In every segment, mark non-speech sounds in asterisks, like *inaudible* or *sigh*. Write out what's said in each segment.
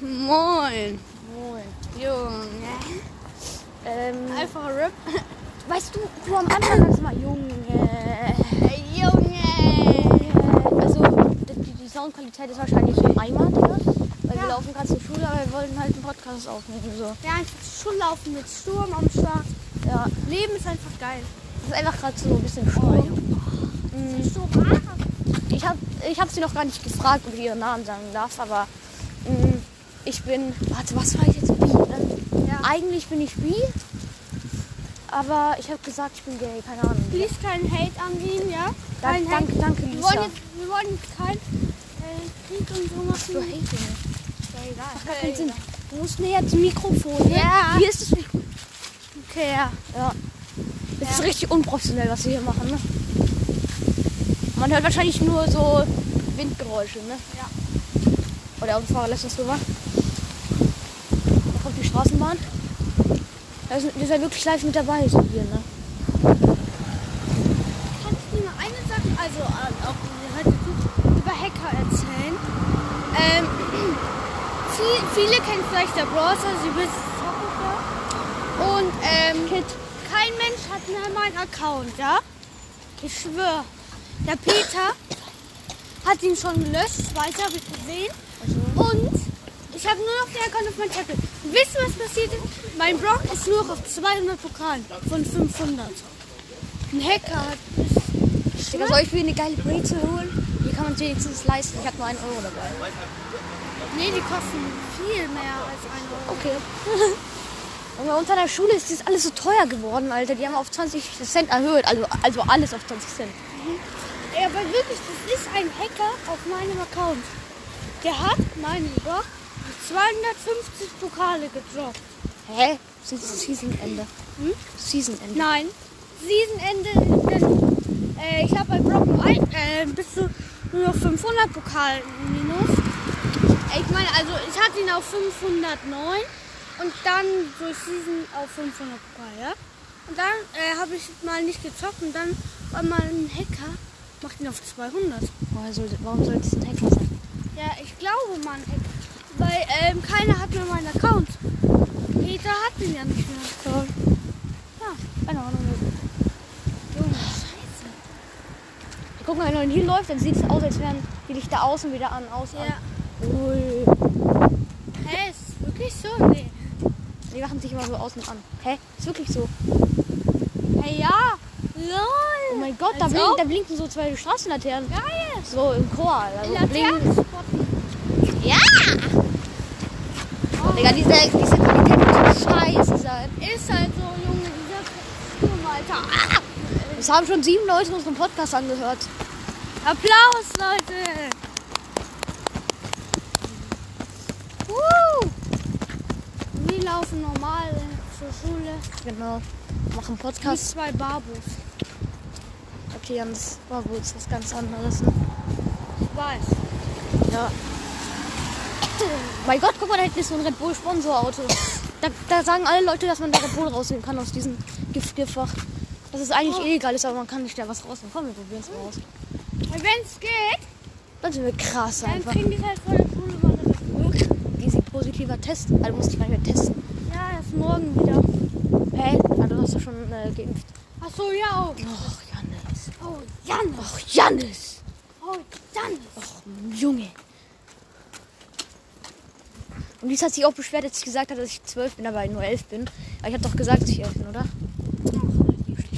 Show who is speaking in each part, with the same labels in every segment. Speaker 1: Moin.
Speaker 2: Moin.
Speaker 1: Junge.
Speaker 2: Ähm,
Speaker 1: Einfach Rip.
Speaker 2: weißt du, du am Anfang sagst du Äh, mal, Junge.
Speaker 1: Junge.
Speaker 2: Äh, Also, die, die Soundqualität ist wahrscheinlich im Eimer, Digga. Weil
Speaker 1: Ja.
Speaker 2: wir laufen gerade zur Schule, aber wir wollen halt einen Podcast aufnehmen. So.
Speaker 1: Ja, einfach schon laufen mit Sturm am Start.
Speaker 2: Ja,
Speaker 1: Leben ist einfach geil.
Speaker 2: es ist einfach gerade so ein bisschen Sturm.
Speaker 1: Sturm.
Speaker 2: Ich habe ich hab sie noch gar nicht gefragt, ob ich ihren Namen sagen darf, aber mh, ich bin. Warte, was war ich jetzt? Bi, ne?
Speaker 1: Ja.
Speaker 2: Eigentlich bin ich Bi, aber ich habe gesagt, ich bin gay, keine Ahnung.
Speaker 1: Lies keinen Hate an ihn, ja?
Speaker 2: Da-
Speaker 1: Kein
Speaker 2: danke,
Speaker 1: Hate.
Speaker 2: danke,
Speaker 1: Wir
Speaker 2: Lisa.
Speaker 1: wollen jetzt, wir wollen jetzt kein äh, Krieg und so machen.
Speaker 2: Du hate ne? mich.
Speaker 1: Ja, egal.
Speaker 2: Gar keinen Sinn. Du musst näher zum Mikrofon. Ne?
Speaker 1: Ja.
Speaker 2: Hier ist das Mikrofon.
Speaker 1: Okay, ja.
Speaker 2: Ja. Das ist
Speaker 1: Ja.
Speaker 2: richtig unprofessionell, was wir hier machen. Ne? Man hört wahrscheinlich nur so Windgeräusche, ne?
Speaker 1: Ja.
Speaker 2: Oder der Autofahrer lässt uns rüber. Da kommt die Straßenbahn. Da ist, die ist ja wirklich live mit dabei, so hier, ne?
Speaker 1: Kannst du mir eine Sache, also äh, auch wenn ihr heute guckt, über Hacker erzählen? Ähm, *clears throat* viel, viele kennen vielleicht der Browser, sie wissen Zockerker. Und ähm, kein Mensch hat mehr meinen Account, ja? Ich schwöre. Der Peter hat ihn schon gelöscht, weiter habe ich gesehen. Und ich habe nur noch den Account auf meinem Tablet. Und Wisst ihr, was passiert ist? Mein Brock ist nur noch auf 200 Pokalen von 500. Ein Hacker hat
Speaker 2: Digga, soll ich mir eine geile Brezel holen? Hier kann man es wenigstens leisten. Ich habe nur einen Euro dabei.
Speaker 1: Nee, die kosten viel mehr als ein Euro.
Speaker 2: Okay. *laughs* Und bei uns an der Schule ist das alles so teuer geworden, Alter. Die haben auf 20 Cent erhöht. Also, also alles auf 20 Cent.
Speaker 1: Ja, aber wirklich, das ist ein Hacker auf meinem Account. Der hat meinen Blog mit 250 Pokale gedroppt.
Speaker 2: Hä? Das ist Seasonende. Hm? Seasonende.
Speaker 1: Nein, Seasonende, denn, äh, ich habe bei Brock nur ein, äh, bis zu nur noch 500 Pokal minus. Ich meine, also ich hatte ihn auf 509 und dann durch Season auf 500 Pokal, ja. Und dann äh, habe ich mal nicht gezockt und dann war mal ein Hacker, macht ihn auf 200.
Speaker 2: Woher sollte, warum sollte es ein Hacker sein?
Speaker 1: Ja, ich glaube, man hackt. Weil ähm, keiner hat mehr meinen Account. Peter hat den ja nicht mehr. Ja,
Speaker 2: Keine Ahnung.
Speaker 1: Junge, scheiße.
Speaker 2: Guck mal, wenn man hinläuft, dann sieht es aus, als wären die Lichter außen wieder an, aus, an.
Speaker 1: Ja.
Speaker 2: Ui.
Speaker 1: Hä, ist wirklich so? Nee.
Speaker 2: Die machen sich immer so außen an. Hä? Ist wirklich so.
Speaker 1: Hey, ja.
Speaker 2: Oh
Speaker 1: Lol.
Speaker 2: mein Gott, da,
Speaker 1: Als
Speaker 2: blink,
Speaker 1: ob.
Speaker 2: da blinken so zwei Straßenlaternen.
Speaker 1: Geil.
Speaker 2: So im Chor. Also blinken.
Speaker 1: Laternenspotten.
Speaker 2: Ja! Digga, diese, diese Qualität ist so scheiße sein.
Speaker 1: Ist halt so, Junge, dieser Sturm, Alter. Ah!
Speaker 2: Es haben schon sieben Leute unseren Podcast angehört.
Speaker 1: Applaus, Leute. Woo. Wir laufen normal zur Schule.
Speaker 2: Genau. Machen
Speaker 1: Mit
Speaker 2: Podcast.
Speaker 1: zwei Barbos.
Speaker 2: Okay, Jans, war wohl was ganz anderes. Ne?
Speaker 1: Ich weiß.
Speaker 2: Ja. Mein Gott, guck mal, da hinten ist so ein Red Bull Sponsorauto. Da, da sagen alle Leute, dass man da Red Bull rausnehmen kann aus diesem Giftgefach. Das ist eigentlich illegal ist, aber man kann nicht da was rausnehmen. Komm, wir probieren es mal aus.
Speaker 1: Wenn es geht,
Speaker 2: Dann sind wir krass
Speaker 1: dann
Speaker 2: einfach.
Speaker 1: kriegen die halt von der Schule mal eine Rechnung.
Speaker 2: Easy positiver Test. Also musste ich gar nicht mehr testen.
Speaker 1: Ja, erst morgen wieder.
Speaker 2: Hä? Ah, du hast doch schon äh, geimpft.
Speaker 1: Achso, ja auch.
Speaker 2: Och, Janis.
Speaker 1: Oh, Jan.
Speaker 2: Och, Janis.
Speaker 1: Oh, Jan.
Speaker 2: Och, Junge. Und dies hat sich auch beschwert, als ich gesagt habe, dass ich zwölf bin, aber nur elf bin. Aber ich habe doch gesagt, dass ich elf bin, oder?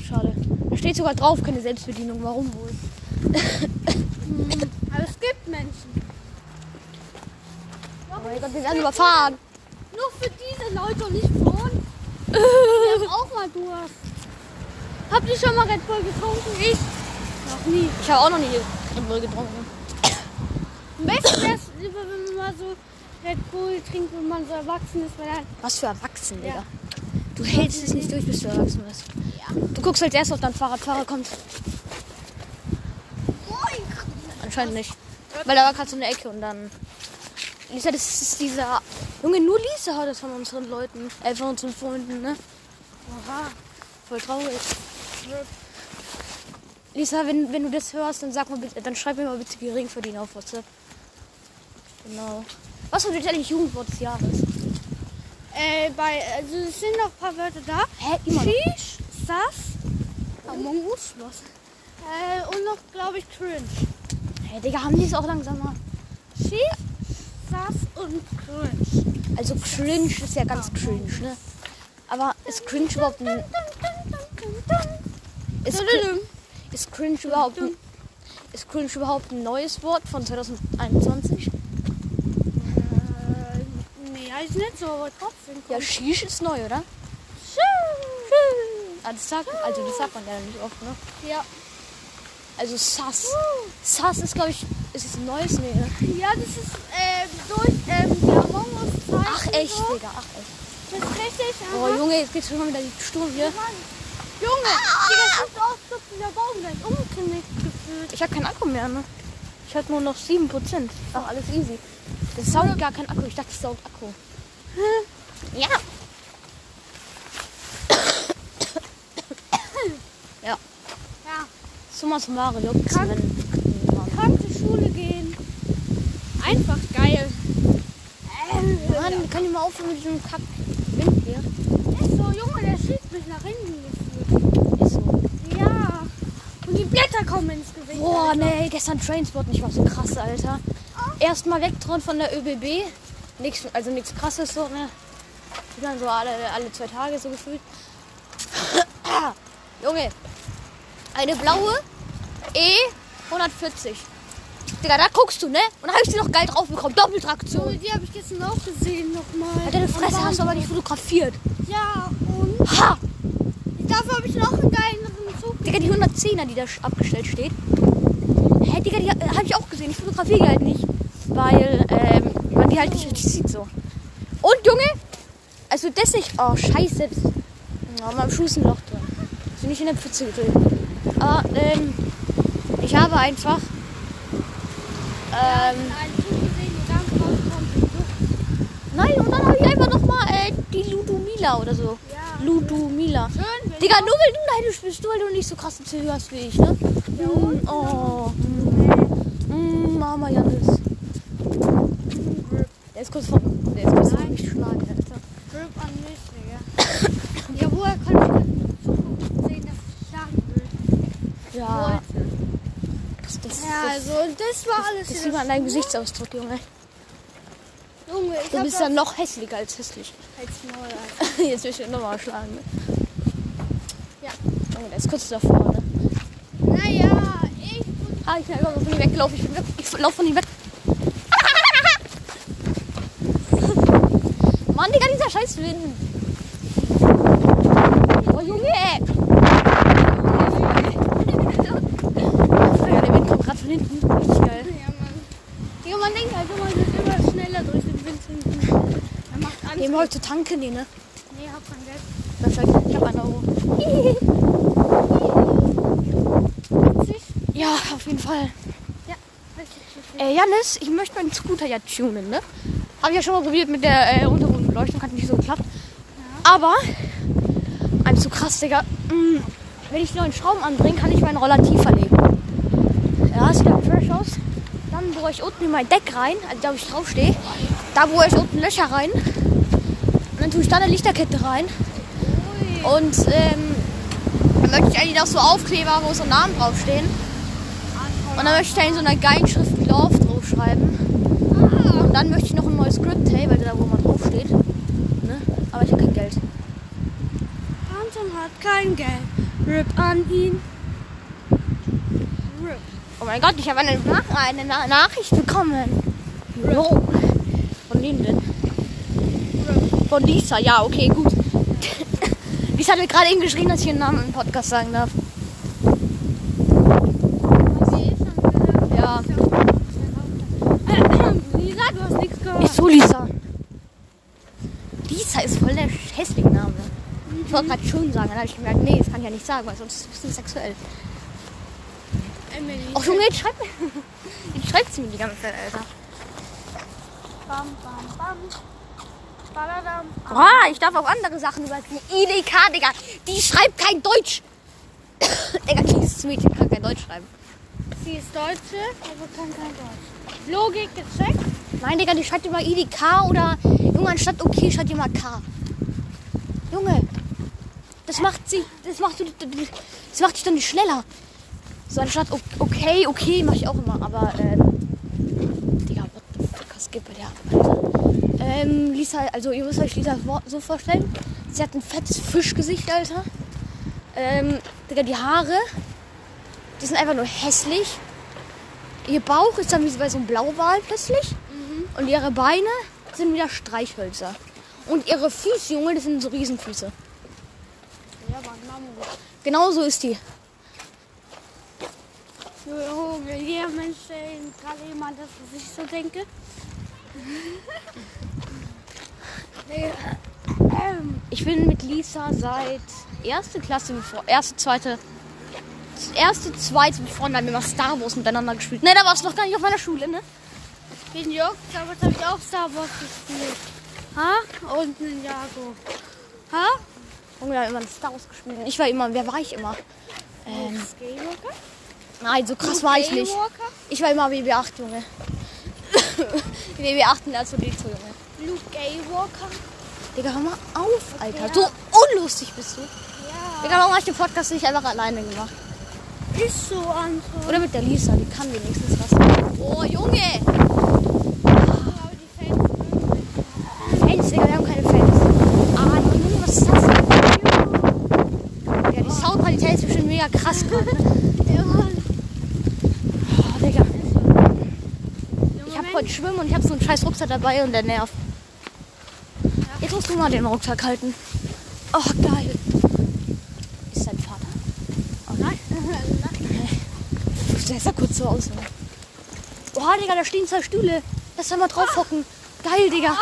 Speaker 2: Schade. Da steht sogar drauf, keine Selbstbedienung. Warum wohl?
Speaker 1: Aber es gibt Menschen.
Speaker 2: Oh mein Gott, wir werden überfahren.
Speaker 1: Nur für diese Leute und nicht für uns. Wir haben auch mal Durst. Habt ihr schon mal Red Bull getrunken? Ich. Noch nie.
Speaker 2: Ich habe auch noch nie Red Bull getrunken.
Speaker 1: Am besten wäre es lieber, wenn man mal so Red Bull trinkt, wenn man so erwachsen ist. Weil dann,
Speaker 2: Was für Erwachsene,
Speaker 1: Ja.
Speaker 2: Digga. Du hältst es nicht durch, bis du erwachsen bist. Du guckst halt erst, ob dein Fahrradfahrer kommt. Anscheinend nicht. Weil da war gerade so eine Ecke und dann. Lisa, das ist dieser. Junge, nur Lisa hört das von unseren Leuten. Äh, von unseren Freunden, ne?
Speaker 1: Oha.
Speaker 2: Voll traurig. Lisa, wenn, wenn du das hörst, dann sag mal bitte, dann schreib mir mal bitte Geringverdiener auf WhatsApp. Genau. Was war jetzt eigentlich Jugendwort des Jahres?
Speaker 1: Äh, bei, also es sind noch ein paar Wörter da.
Speaker 2: Hä? Immer noch?
Speaker 1: Shish, Sass, Among Us, was? Äh, und noch, glaube ich, Cringe.
Speaker 2: Hä, Digga, haben die es auch langsamer?
Speaker 1: Shish, Sass und Cringe.
Speaker 2: Also cringe ist ja ganz cringe, ne? Aber ist cringe überhaupt ein... Ist, cri
Speaker 1: Dududum.
Speaker 2: ist cringe überhaupt ein... Ist cringe überhaupt ein neues Wort von 2021?
Speaker 1: Äh, nee, ist nicht so, aber trotzdem.
Speaker 2: Ja,
Speaker 1: kommt.
Speaker 2: Shish ist neu, oder?
Speaker 1: Shish.
Speaker 2: Ah, das sagt, also das sagt man ja nicht oft, ne?
Speaker 1: Ja.
Speaker 2: Also Sass. Sass ist, glaube ich, ist es ein neues? Nee, ne?
Speaker 1: Ja, das ist ähm, durch ähm, die Among Us-Zeit.
Speaker 2: Ach echt, Digga, ach echt.
Speaker 1: Das ist richtig. aha.
Speaker 2: Boah, Junge, jetzt geht's schon wieder die Sturm hier.
Speaker 1: Mann. Junge,
Speaker 2: Ah!
Speaker 1: Digga, guck aus, dass dieser Baum gleich umknickt gefühlt.
Speaker 2: Ich habe keinen Akku mehr, ne? Ich hatte nur noch 7%. Ist doch alles easy. Das saugt gar keinen Akku. Ich dachte, das saugt Akku. Ja. ja,
Speaker 1: Ja,
Speaker 2: summa summarum juckt's,
Speaker 1: Kann-
Speaker 2: wenn...
Speaker 1: kann zur Schule gehen. Einfach geil. Ähm,
Speaker 2: Mann, kann ich mal aufhören mit diesem Kack Wind hier?
Speaker 1: Ist so, Junge, der schiebt mich nach hinten gefühlt.
Speaker 2: Ist so.
Speaker 1: Ja. Und die Blätter kommen ins Gesicht. Also,
Speaker 2: Boah, nee, gestern Trainspot nicht war so krass, Alter. Erstmal wegtrauen von der ÖBB. Nix, also nichts krasses so, ne? Die dann so alle, alle zwei Tage so gefühlt. *coughs* Junge, eine blaue E140. Digga, da guckst du, ne? Und da hab ich sie noch geil drauf bekommen.
Speaker 1: Junge,
Speaker 2: Doppeltraktion.
Speaker 1: die habe ich gestern auch gesehen nochmal.
Speaker 2: Alter, deine Fresse
Speaker 1: Am
Speaker 2: hast du aber nicht fotografiert.
Speaker 1: Bahnhof. Ja, und
Speaker 2: Ha!
Speaker 1: dafür habe ich noch einen geileren Zug.
Speaker 2: Digga, die 110er, die da sch- abgestellt steht. Hä, Digga, die habe ich auch gesehen. Ich fotografiere die halt nicht. Weil ähm, man die halt nicht richtig sieht so. Und Junge! Also das nicht. Oh, scheiße. Oh, meinem Schuh ist ein Loch drin. Ist mir nicht in der Pfütze gedrillt. Aber ähm, ich habe einfach. Ähm,
Speaker 1: Einen Zug gesehen, der ganz rauskommt.
Speaker 2: nein, und dann habe ich einfach nochmal äh, die Ludumila oder so.
Speaker 1: Ja.
Speaker 2: Ludumila.
Speaker 1: Schön, wenn
Speaker 2: Digga, nur weil du neidisch bist, nur weil du nicht so krasse Züge hast wie ich, ne? Mm, oh. Mm, Mama Janis. Der ist kurz vor. Der ist kurz vor mich schlagen, Alter.
Speaker 1: Grip an mich, Digga. ja, woher konnte ich in Zukunft sehen, dass ich schlagen will?
Speaker 2: Ja. Das, das,
Speaker 1: Ja,
Speaker 2: das,
Speaker 1: also das war alles.
Speaker 2: das
Speaker 1: wieder
Speaker 2: sieht man an deinem
Speaker 1: schlimm.
Speaker 2: Gesichtsausdruck, Junge.
Speaker 1: Junge, ich
Speaker 2: Du
Speaker 1: hab
Speaker 2: bist
Speaker 1: das
Speaker 2: dann noch hässlicher als hässlich. *laughs*
Speaker 1: als Maul, Alter.
Speaker 2: Jetzt will ich ihn nochmal schlagen, ne?
Speaker 1: Ja.
Speaker 2: Junge, der ist kurz davor, ne?
Speaker 1: Naja, ich bin
Speaker 2: Ah, ich bin einfach von ihm weggelaufen. Ich, bin weg, ich laufe von ihm weg. *laughs* Mann, Digga, dieser scheiß Wind. Oh, Junge! *laughs* ey. Digga, der Wind kommt gerade von hinten. Richtig geil.
Speaker 1: ja, Mann. Digga, man denkt halt immer, man wird immer schneller durch den Wind hinten. Er macht Angst.
Speaker 2: Gehen wir heute tanken, nee, ne?
Speaker 1: Nee, hab kein Geld.
Speaker 2: Perfekt. Ich hab einen Euro.
Speaker 1: Witzig?
Speaker 2: Ja, auf jeden Fall.
Speaker 1: Ja, richtig, richtig.
Speaker 2: Äh, Janis, ich möchte meinen Scooter ja tunen, ne? Habe ich ja schon mal probiert mit der äh, Untergrundbeleuchtung, hat nicht so geklappt. Aber, ein zu krass, Digga. Mm, wenn ich neuen Schrauben anbringe, kann ich meinen Roller tiefer legen. Ja, es gab Fresh aus. Dann bohre ich unten in mein Deck rein, also da wo ich draufstehe. Da bohre ich unten Löcher rein. Und dann tue ich da eine Lichterkette rein.
Speaker 1: Ui.
Speaker 2: Und ähm, dann möchte ich eigentlich noch so Aufkleber, haben, wo so Namen draufstehen. Und dann möchte ich da in so einer geilen Schrift Love draufschreiben. Und dann möchte ich noch ein neues Script, hey, weil da wo man draufsteht. Ne? Aber ich habe kein Geld.
Speaker 1: Anton hat kein Geld. Rip an ihn. Rip.
Speaker 2: Oh mein Gott, ich habe eine, Nach eine Na Nachricht bekommen. Wow. Von wem denn? Von Lisa, ja, okay, gut. *laughs* Lisa hat mir gerade eben geschrieben, dass ich ihren Namen im Podcast sagen darf. Ja.
Speaker 1: Lisa, du hast nichts gehört.
Speaker 2: Ist so Lisa. Lisa ist voll der hässliche Name. Ich wollte gerade schön sagen, dann habe ich gemerkt, nee, das kann ich ja nicht sagen, weil sonst ist es ein bisschen sexuell.
Speaker 1: Emily.
Speaker 2: Ach Junge, jetzt schreibt, mir- *laughs* jetzt schreibt sie mir die ganze Zeit, Alter.
Speaker 1: Bam, bam, bam. Badadam.
Speaker 2: Ah, ich darf auch andere Sachen über die IDK, Digga. Die schreibt kein Deutsch. *coughs* Digga, dieses Mädchen kann kein Deutsch schreiben.
Speaker 1: Sie ist Deutsche, aber kann kein Deutsch. Logik gecheckt.
Speaker 2: Nein, Digga, die schreibt immer IDK oder Junge, anstatt okay schreibt die immer K. Junge, das macht sie, das macht, das macht dich dann nicht schneller. So anstatt o- okay, okay mache ich auch immer, aber ähm, Digga, what the fuck, was geht bei der ab, Alter? Ähm, Lisa, also ihr müsst euch Lisa vor- so vorstellen, sie hat ein fettes Fischgesicht, Alter. Ähm, Digga, die Haare, die sind einfach nur hässlich. Ihr Bauch ist dann wie bei so einem Blauwal plötzlich. Und ihre Beine sind wieder Streichhölzer. Und ihre Füße, Junge, das sind so Riesenfüße.
Speaker 1: Ja, war genau
Speaker 2: Genau so ist die.
Speaker 1: so. Junge, jeder Mensch, der gerade jemand das, was ich so denke. nee, ähm,
Speaker 2: Ich bin mit Lisa seit erste Klasse, bevor, erste, zweite, erste, zweite befreundet. Haben wir mal Star Wars miteinander gespielt. Ne, da warst du noch gar nicht auf meiner Schule, ne?
Speaker 1: den Jörg, damals habe ich auch Star Wars gespielt. Ha? Und Ninjago. Ha?
Speaker 2: Junge, wir haben immer Star Wars gespielt. Und Ich war immer, wer war ich immer? Ähm,
Speaker 1: Skywalker?
Speaker 2: nein, so krass war ich nicht.
Speaker 1: Skywalker?
Speaker 2: Ich war immer BB8, Junge. *laughs* BB8 und als Rodrigo, Junge.
Speaker 1: Luke Skywalker?
Speaker 2: Digga, hör mal auf, Alter.
Speaker 1: Ja.
Speaker 2: So unlustig bist du.
Speaker 1: Ja.
Speaker 2: Digga, warum hast du den Podcast nicht einfach alleine gemacht?
Speaker 1: Ist so, Anton.
Speaker 2: Oder mit der Lisa, die kann wenigstens was. Oh, Junge!
Speaker 1: Aber die Fans mögen mich.
Speaker 2: Fans, Digga, wir haben keine Fans. Ah, Junge, was ist das? Digga, die Soundqualität ist bestimmt mega krass gerade.
Speaker 1: *laughs*
Speaker 2: Ne? Oh, Digga. Ich hab heute Schwimmen und ich hab so einen scheiß Rucksack dabei und der nervt. Jetzt musst du mal den Rucksack halten. Oh, geil. Ist dein Vater? Oh nein. Der sah kurz so aus. Oder? Oha, Digga, da stehen zwei Stühle. Lass da mal drauf hocken. Geil, Digga.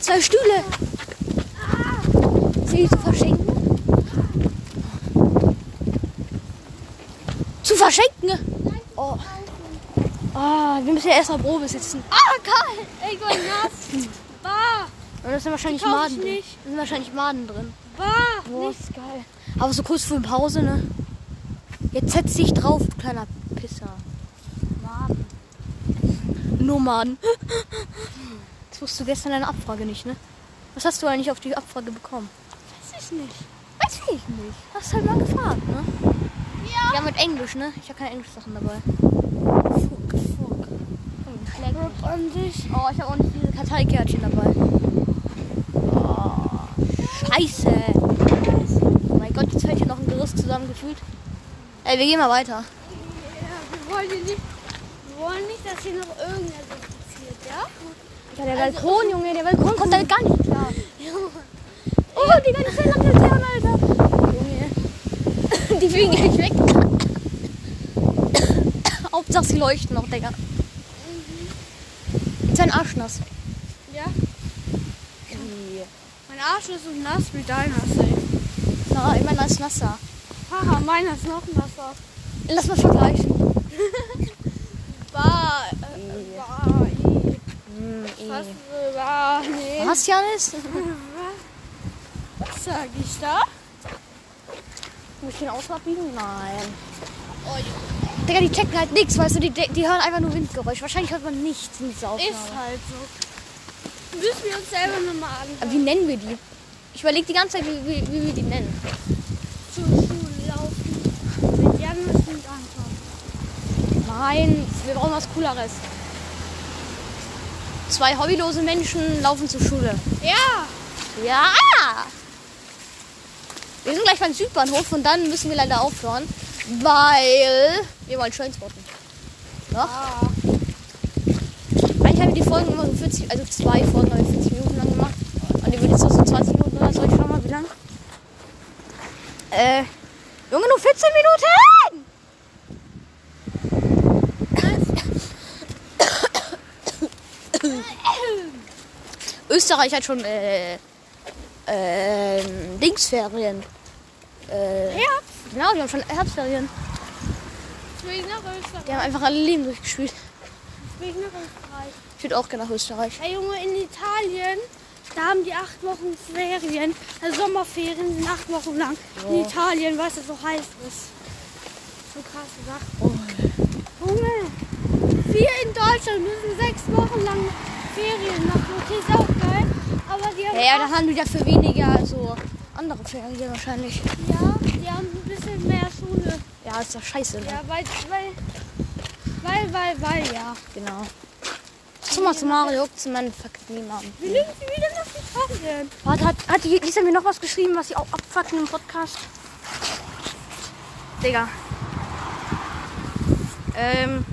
Speaker 2: Zwei Stühle. Sind die zu verschenken? Zu verschenken? Oh. Ah, wir müssen ja erstmal Probe sitzen.
Speaker 1: Ah, geil! Ich war nass. Bah,
Speaker 2: Und da sind wahrscheinlich
Speaker 1: Die kauf ich
Speaker 2: Maden drin.
Speaker 1: nicht.
Speaker 2: Da sind wahrscheinlich Maden drin.
Speaker 1: bah.
Speaker 2: Boah, ist geil. Aber so kurz vor der Pause, ne? Jetzt setz dich drauf, du kleiner Pisser.
Speaker 1: Maden.
Speaker 2: Nur Maden. Jetzt wusstest du gestern deine Abfrage nicht, ne? Was hast du eigentlich auf die Abfrage bekommen?
Speaker 1: Weiß ich nicht.
Speaker 2: Weiß ich nicht. Hast halt mal gefragt, ne? Ja. Ja, mit Englisch, ne? Ich habe keine Englischsachen dabei. Fuck, fuck. Hm, Komm, schläg mich.
Speaker 1: Rip an dich.
Speaker 2: Oh, ich habe auch nicht diese Karteikärtchen dabei. Oh, scheiße. Oh mein Gott, jetzt fällt hier noch ein Gerüst zusammengefühlt. Ey, wir gehen mal weiter.
Speaker 1: Ja, wir wollen hier nicht, wir wollen nicht, dass hier noch irgendetwas passiert,
Speaker 2: *laughs*
Speaker 1: ja?
Speaker 2: Ja, der Balkon, Junge, der Balkon Also, kommt damit gar nicht klar.
Speaker 1: Oh, die ganze Zeit lang Laternen, Alter.
Speaker 2: Junge. *laughs* Die fliegen gleich weg. *coughs* Hauptsache, sie leuchten noch, Digga. Ist ein Arsch nass.
Speaker 1: Ja, mein Arsch ist so nass wie deiner, safe.
Speaker 2: Na, immer nass, nasser.
Speaker 1: Haha, meiner ist noch nasser.
Speaker 2: Lass mal vergleichen.
Speaker 1: Bah, äh, bah, ih. Was, äh, bah, nee.
Speaker 2: Was, Janis?
Speaker 1: Was sag ich da?
Speaker 2: *laughs* Muss ich den ausbiegen? Nein.
Speaker 1: Oh,
Speaker 2: Digga, die checken halt nichts, weißt du, die, die hören einfach nur Windgeräusch. Wahrscheinlich hört man nichts in dieser Aufnahme.
Speaker 1: Ist halt so. Müssen wir uns selber nochmal
Speaker 2: Aber
Speaker 1: anhören.
Speaker 2: wie nennen wir die? Ich überlege die ganze Zeit, wie, wie, wie wir die nennen.
Speaker 1: Zur Schule laufen. Mit Jan müssen wir anfangen.
Speaker 2: Nein, wir brauchen was Cooleres. Zwei hobbylose Menschen laufen zur Schule.
Speaker 1: Ja!
Speaker 2: Ja! Wir sind gleich beim Südbahnhof und dann müssen wir leider aufhören, weil wir wollen schön spotten. Noch?
Speaker 1: Ah.
Speaker 2: Eigentlich haben wir die Folgen immer so 40, also zwei Folgen haben wir 40 Minuten lang gemacht. Und die wird jetzt noch so 20 Minuten oder so. Ich schau mal, wie lang. Äh, Junge, nur 14 Minuten! Österreich hat schon, äh, äh, Dingsferien. Äh,
Speaker 1: Herbst.
Speaker 2: genau, die haben schon Herbstferien.
Speaker 1: Ich will nach Österreich.
Speaker 2: Die haben einfach alle Leben durchgespielt.
Speaker 1: Ich will nach Österreich.
Speaker 2: Ich würde auch gerne nach Österreich.
Speaker 1: Hey Junge, in Italien, da haben die acht Wochen Ferien. Also Sommerferien sind acht Wochen lang. In Italien, weil es da so heiß ist. So krass
Speaker 2: Oh.
Speaker 1: gesagt. Junge, wir in Deutschland müssen sechs Wochen lang Ferien machen. Okay, ist auch geil. Aber die haben
Speaker 2: Ja, ja,
Speaker 1: auch,
Speaker 2: dann haben wir dafür weniger so andere Ferien wahrscheinlich.
Speaker 1: ja, die haben ein bisschen mehr Schule.
Speaker 2: Ja, ist doch scheiße, ne?
Speaker 1: Ja, weil, weil, weil, weil, weil, ja.
Speaker 2: Genau. Summa summarum, man fuckt niemanden.
Speaker 1: Wir nehmen sie wieder nach Italien.
Speaker 2: Warte, hat, hat die Lisa mir noch was geschrieben, was sie auch abfucken im Podcast? Digga. Ähm,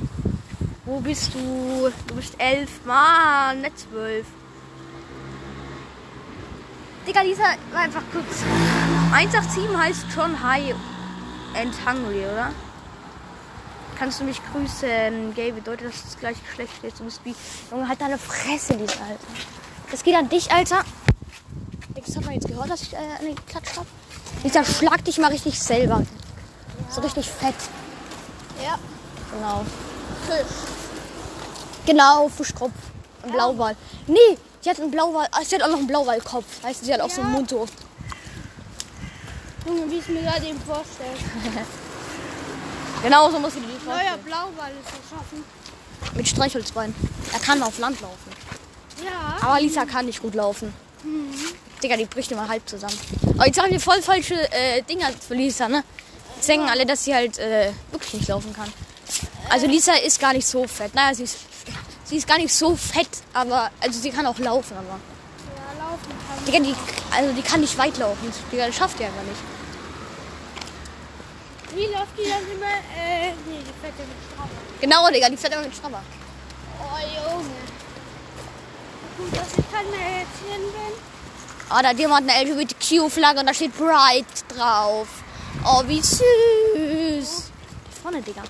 Speaker 2: wo bist du? Du bist elf, Mann, nicht zwölf. Digga, Lisa, war einfach kurz. 187 heißt schon High and Hungry, oder? Kannst du mich grüßen? Gay bedeutet, dass du das gleiche Geschlecht stehst. Du bist wie. Junge, halt deine Fresse, Lisa, Alter. Das geht an dich, Alter. Das hat man jetzt gehört, dass ich äh, eine geklatscht habe. Lisa, schlag dich mal richtig selber. So richtig fett.
Speaker 1: Ja.
Speaker 2: Genau.
Speaker 1: Fisch.
Speaker 2: Genau, Fischkopf. Ein Blauwal. Nee, sie hat einen Blauwal. Ah, sie hat auch noch einen Blauwalkopf. Heißt, sie hat auch so einen
Speaker 1: Ja.
Speaker 2: Mund so.
Speaker 1: Junge, wie ich mir gerade eben vorstelle.
Speaker 2: Genau, so musst du die
Speaker 1: Neuer Blauwall ist erschaffen.
Speaker 2: Mit Streichholzbein. Er kann auf Land laufen.
Speaker 1: Ja.
Speaker 2: Aber Lisa kann nicht gut laufen. Digga, die bricht immer halb zusammen. Aber jetzt haben wir voll falsche äh, Dinger für Lisa, ne? Jetzt denken alle, dass sie halt äh, wirklich nicht laufen kann. Also Lisa ist gar nicht so fett. Naja, sie ist, sie ist gar nicht so fett, aber also sie kann auch laufen, aber.
Speaker 1: Ja, laufen kann.
Speaker 2: Digga, die, also die kann nicht weit laufen. Digga, das schafft die einfach nicht.
Speaker 1: Wie läuft die dann immer? Äh, nee, die fährt ja mit Strafe.
Speaker 2: Genau, Digga, die fährt immer mit Schrauber.
Speaker 1: Oh, Junge. Gut, dass ich kein Mädchen bin.
Speaker 2: Ah, da hat jemand eine LGBTQ-Flagge und da steht Pride drauf. Oh, wie süß. Vorne, Digga.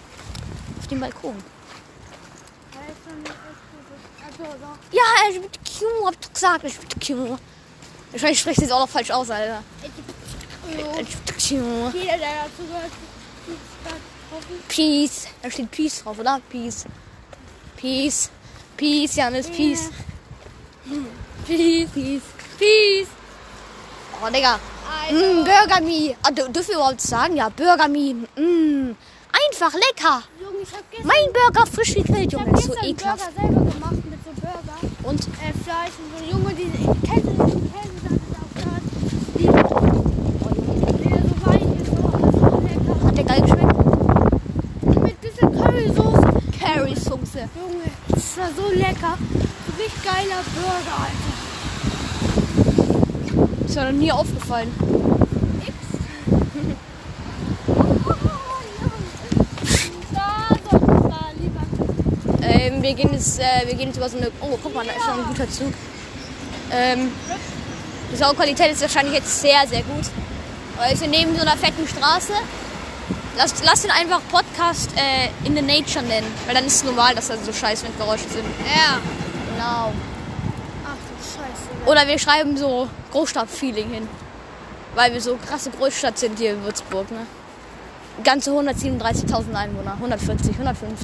Speaker 2: Auf dem Balkon.
Speaker 1: Weil es dann nicht echt gut ist. Also, doch.
Speaker 2: Ja, LGBTQ, hab doch gesagt, LGBTQ. Wahrscheinlich spricht sie es auch noch falsch aus, Alter. Äh.
Speaker 1: Ich,
Speaker 2: LGBTQ.
Speaker 1: jeder, der dazu gehört, ist ganz offen.
Speaker 2: Peace. Da steht Peace drauf, oder? Peace. Peace. Peace, Janis, Peace. Peace, Peace. Peace. Oh, Digga.
Speaker 1: Also,
Speaker 2: Mm, Burger Me. Ah, dür- dürfen wir überhaupt sagen? Ja, Burger Me. Mm. Einfach lecker.
Speaker 1: Junge, ich hab gestern,
Speaker 2: Mein Burger frisch gegrillt,
Speaker 1: ich
Speaker 2: Junge.
Speaker 1: hab
Speaker 2: Ist so
Speaker 1: gestern einen
Speaker 2: ekelhaft.
Speaker 1: Burger selber gemacht mit so Burger.
Speaker 2: Und?
Speaker 1: Äh, Fleisch und so. Junge, die Käse, die Käse, da ist auch da. Die, der
Speaker 2: Oh,
Speaker 1: so weich ist, so, aber so lecker.
Speaker 2: Hat der geil geschmeckt?
Speaker 1: Mit bisschen Currysoße.
Speaker 2: Curry-Soße.
Speaker 1: Junge, das war so lecker. So richtig geiler Burger, Alter.
Speaker 2: Ist mir noch nie aufgefallen.
Speaker 1: X. Oh, oh, oh, Junge. Da soll es da lieber.
Speaker 2: Ähm, wir gehen jetzt, äh, wir gehen jetzt über so eine. Oh, guck mal, da ist schon ein guter Zug. Ähm, die Sauqualität ist wahrscheinlich jetzt sehr, sehr gut. Weil wir sind neben so einer fetten Straße. Lass, lass den einfach Podcast äh, in the Nature nennen. Weil dann ist es normal, dass da so scheiß Windgeräusche sind.
Speaker 1: Ja.
Speaker 2: Genau.
Speaker 1: Ach du Scheiße.
Speaker 2: Oder wir schreiben so Großstadt-Feeling hin. Weil wir so krasse Großstadt sind hier in Würzburg, ne? Ganze 137.000 Einwohner. 140, 150.000.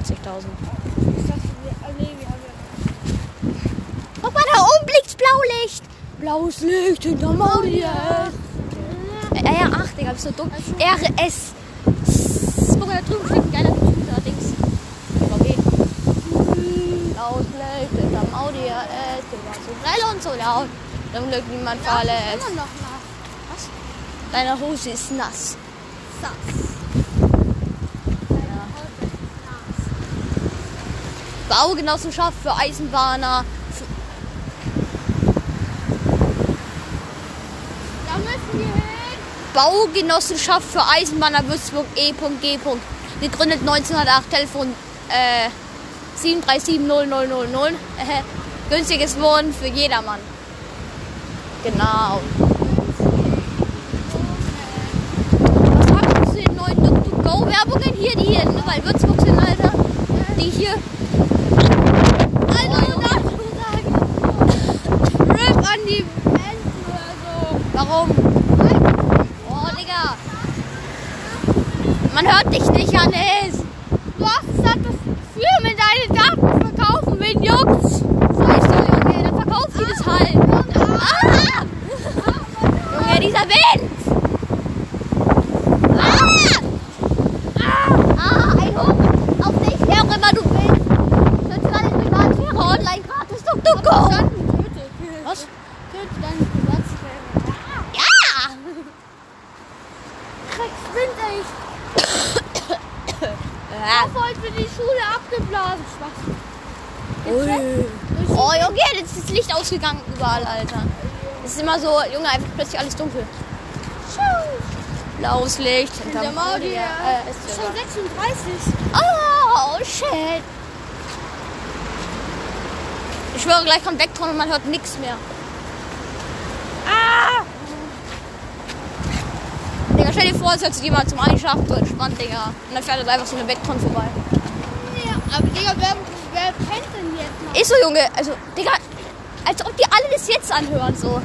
Speaker 1: Ich dachte, wir, ah, nee, wir haben ja.
Speaker 2: Guck mal, da oben blickt's Blaulicht. Blaues Licht hinter Maria. RR8, Digga, bist du dumm? RS. Guck mal, da drüben steht ein geiler Computer, Dings. Okay. Blaues Licht hinter Maria. Äh, Digga, so grell und so laut. Zum Glück niemand verletzt.
Speaker 1: Immer noch nach.
Speaker 2: Deine Hose ist nass.
Speaker 1: Sass.
Speaker 2: Baugenossenschaft für Eisenbahner.
Speaker 1: Da müssen wir hin.
Speaker 2: Baugenossenschaft für Eisenbahner Würzburg E.G. Gegründet 1908, Telefon äh, 7370000. Äh, günstiges Wohnen für jedermann. Genau. Was sagst du zu den neuen Tuk-Tuk-Go-Werbungen hier, die hier in Würzburg sind, Alter? Die hier. Alter, da!
Speaker 1: Du sagst
Speaker 2: RIP an die. also.
Speaker 1: Enten oder
Speaker 2: Warum? Oh, Digga. Man hört dich nicht, Hannes.
Speaker 1: so. Du hast gesagt,
Speaker 2: halt
Speaker 1: dass Firmen deine Daten verkaufen
Speaker 2: Wen juckt's? Scheiß doch, Junge, dann verkauft die das halt. Ah! Junge, dieser Wind! Ah! Ah, ein Hund! Auf dich, wer auch immer du bist! Für 20 Privatsphäre online gratis, tuk tuk go! Ah! Oh, Licht ausgegangen überall, Alter. Es ist immer so, Junge, einfach plötzlich alles dunkel. Blaues Licht,
Speaker 1: Der
Speaker 2: hinterm
Speaker 1: Maudi,
Speaker 2: Podium.
Speaker 1: ja.
Speaker 2: Äh, ist
Speaker 1: Schon
Speaker 2: sogar-
Speaker 1: 36.
Speaker 2: Oh, shit. Ich schwöre, gleich kommt Vectron und man hört nichts mehr. Ah! Digga, stell dir vor, es hört sich jemand zum Einschlafen so entspannt, Digga. Und dann fährt halt einfach so eine Vectron vorbei.
Speaker 1: Ja, aber Digga, wer, wer pennt denn jetzt noch?
Speaker 2: Ist so, Junge. Also, Digga, als ob die alle das jetzt anhören, so.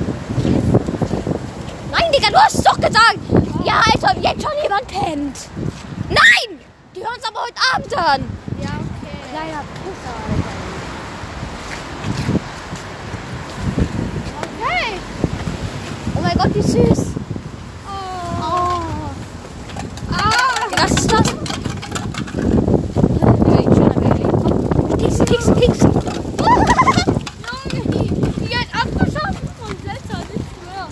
Speaker 2: Nein, Digga, du hast es doch gesagt. Ja, als ob jetzt schon jemand pennt. Nein! Die hören es aber heute Abend an.
Speaker 1: Ja, okay.
Speaker 2: Kleiner
Speaker 1: Okay.
Speaker 2: Oh mein Gott, wie süß.
Speaker 1: Oh.
Speaker 2: Oh.
Speaker 1: Ah.
Speaker 2: Was ist das? Kekse, Kekse, Kekse. *laughs*
Speaker 1: Junge, die, die hat abgeschafft vom Blätter, nicht mehr.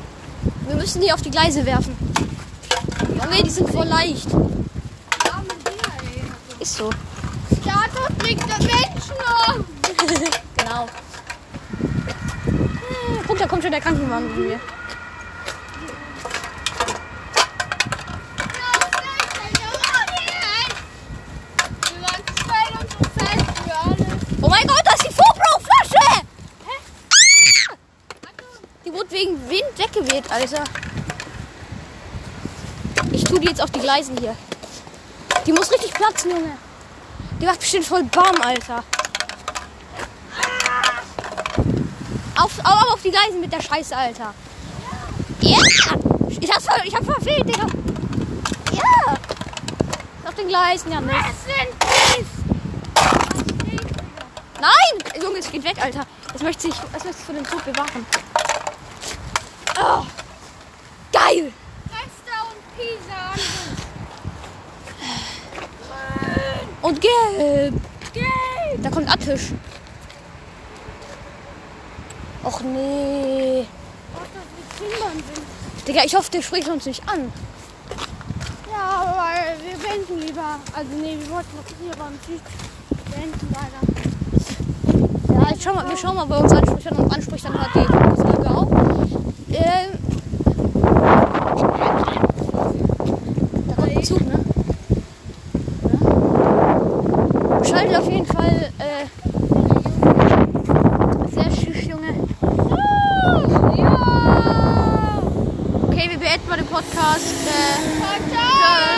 Speaker 2: Wir müssen die auf die Gleise werfen. Junge, die sind voll leicht.
Speaker 1: Arme Dinger, ey.
Speaker 2: Ist so.
Speaker 1: Status bringt der Menschen um.
Speaker 2: *laughs* Genau. Hm, Guck, da kommt schon der Krankenwagen von mir. Oh mein Gott, das ist die Fobro-Flasche! Ah! Die wurde wegen Wind weggeweht, Alter. Ich tue die jetzt auf die Gleisen hier. Die muss richtig platzen, Junge. Die macht bestimmt voll Bam, Alter. Auf, au, au, auf die Gleisen mit der Scheiße, Alter. Ja! Ich hab's ver ich hab verfehlt, Digga. Ja! Auf den Gleisen, ja, nicht. Nein! Junge, es geht weg, Alter. Das möchte ich, das möchte ich von dem Tod bewahren. Oh. Geil! Und gelb! Da kommt Attisch. Och nee. Digga, ich hoffe, der spricht uns nicht an.
Speaker 1: Ja, aber wir wenden lieber. Also nee, wir wollten noch hier beim Süd wenden leider.
Speaker 2: Ja, ich schau mal, wir schauen mal bei uns anspricht und uns anspricht dann halt die Folge auch. Ähm. Da kommt ein Zug, ne? Oder? Schaltet auf jeden Fall äh, sehr süß, Junge.
Speaker 1: Ja!
Speaker 2: Okay, wir beenden mal den Podcast. Äh,
Speaker 1: Ciao, ciao!